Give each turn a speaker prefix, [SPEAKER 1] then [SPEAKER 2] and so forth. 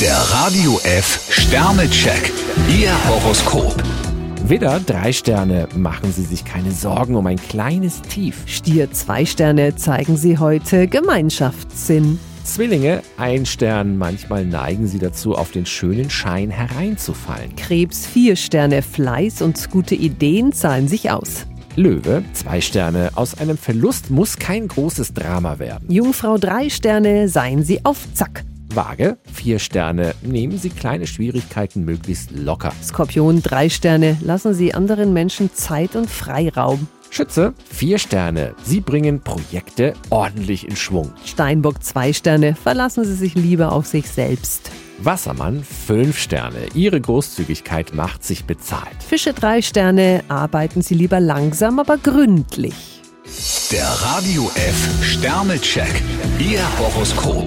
[SPEAKER 1] Der Radio F Sternecheck. Ihr Horoskop.
[SPEAKER 2] Widder, drei Sterne. Machen Sie sich keine Sorgen um ein kleines Tief.
[SPEAKER 3] Stier zwei Sterne zeigen Sie heute Gemeinschaftssinn.
[SPEAKER 2] Zwillinge, ein Stern. Manchmal neigen Sie dazu, auf den schönen Schein hereinzufallen.
[SPEAKER 3] Krebs vier Sterne Fleiß und gute Ideen zahlen sich aus.
[SPEAKER 2] Löwe, zwei Sterne. Aus einem Verlust muss kein großes Drama werden.
[SPEAKER 3] Jungfrau drei Sterne seien Sie auf Zack.
[SPEAKER 2] Waage, vier Sterne. Nehmen Sie kleine Schwierigkeiten möglichst locker.
[SPEAKER 3] Skorpion drei Sterne lassen Sie anderen Menschen Zeit und Freiraum.
[SPEAKER 2] Schütze, vier Sterne. Sie bringen Projekte ordentlich in Schwung.
[SPEAKER 3] Steinbock zwei Sterne verlassen Sie sich lieber auf sich selbst.
[SPEAKER 2] Wassermann, fünf Sterne. Ihre Großzügigkeit macht sich bezahlt.
[SPEAKER 3] Fische drei Sterne arbeiten Sie lieber langsam, aber gründlich.
[SPEAKER 1] Der Radio F Sternecheck. Ihr Horoskop.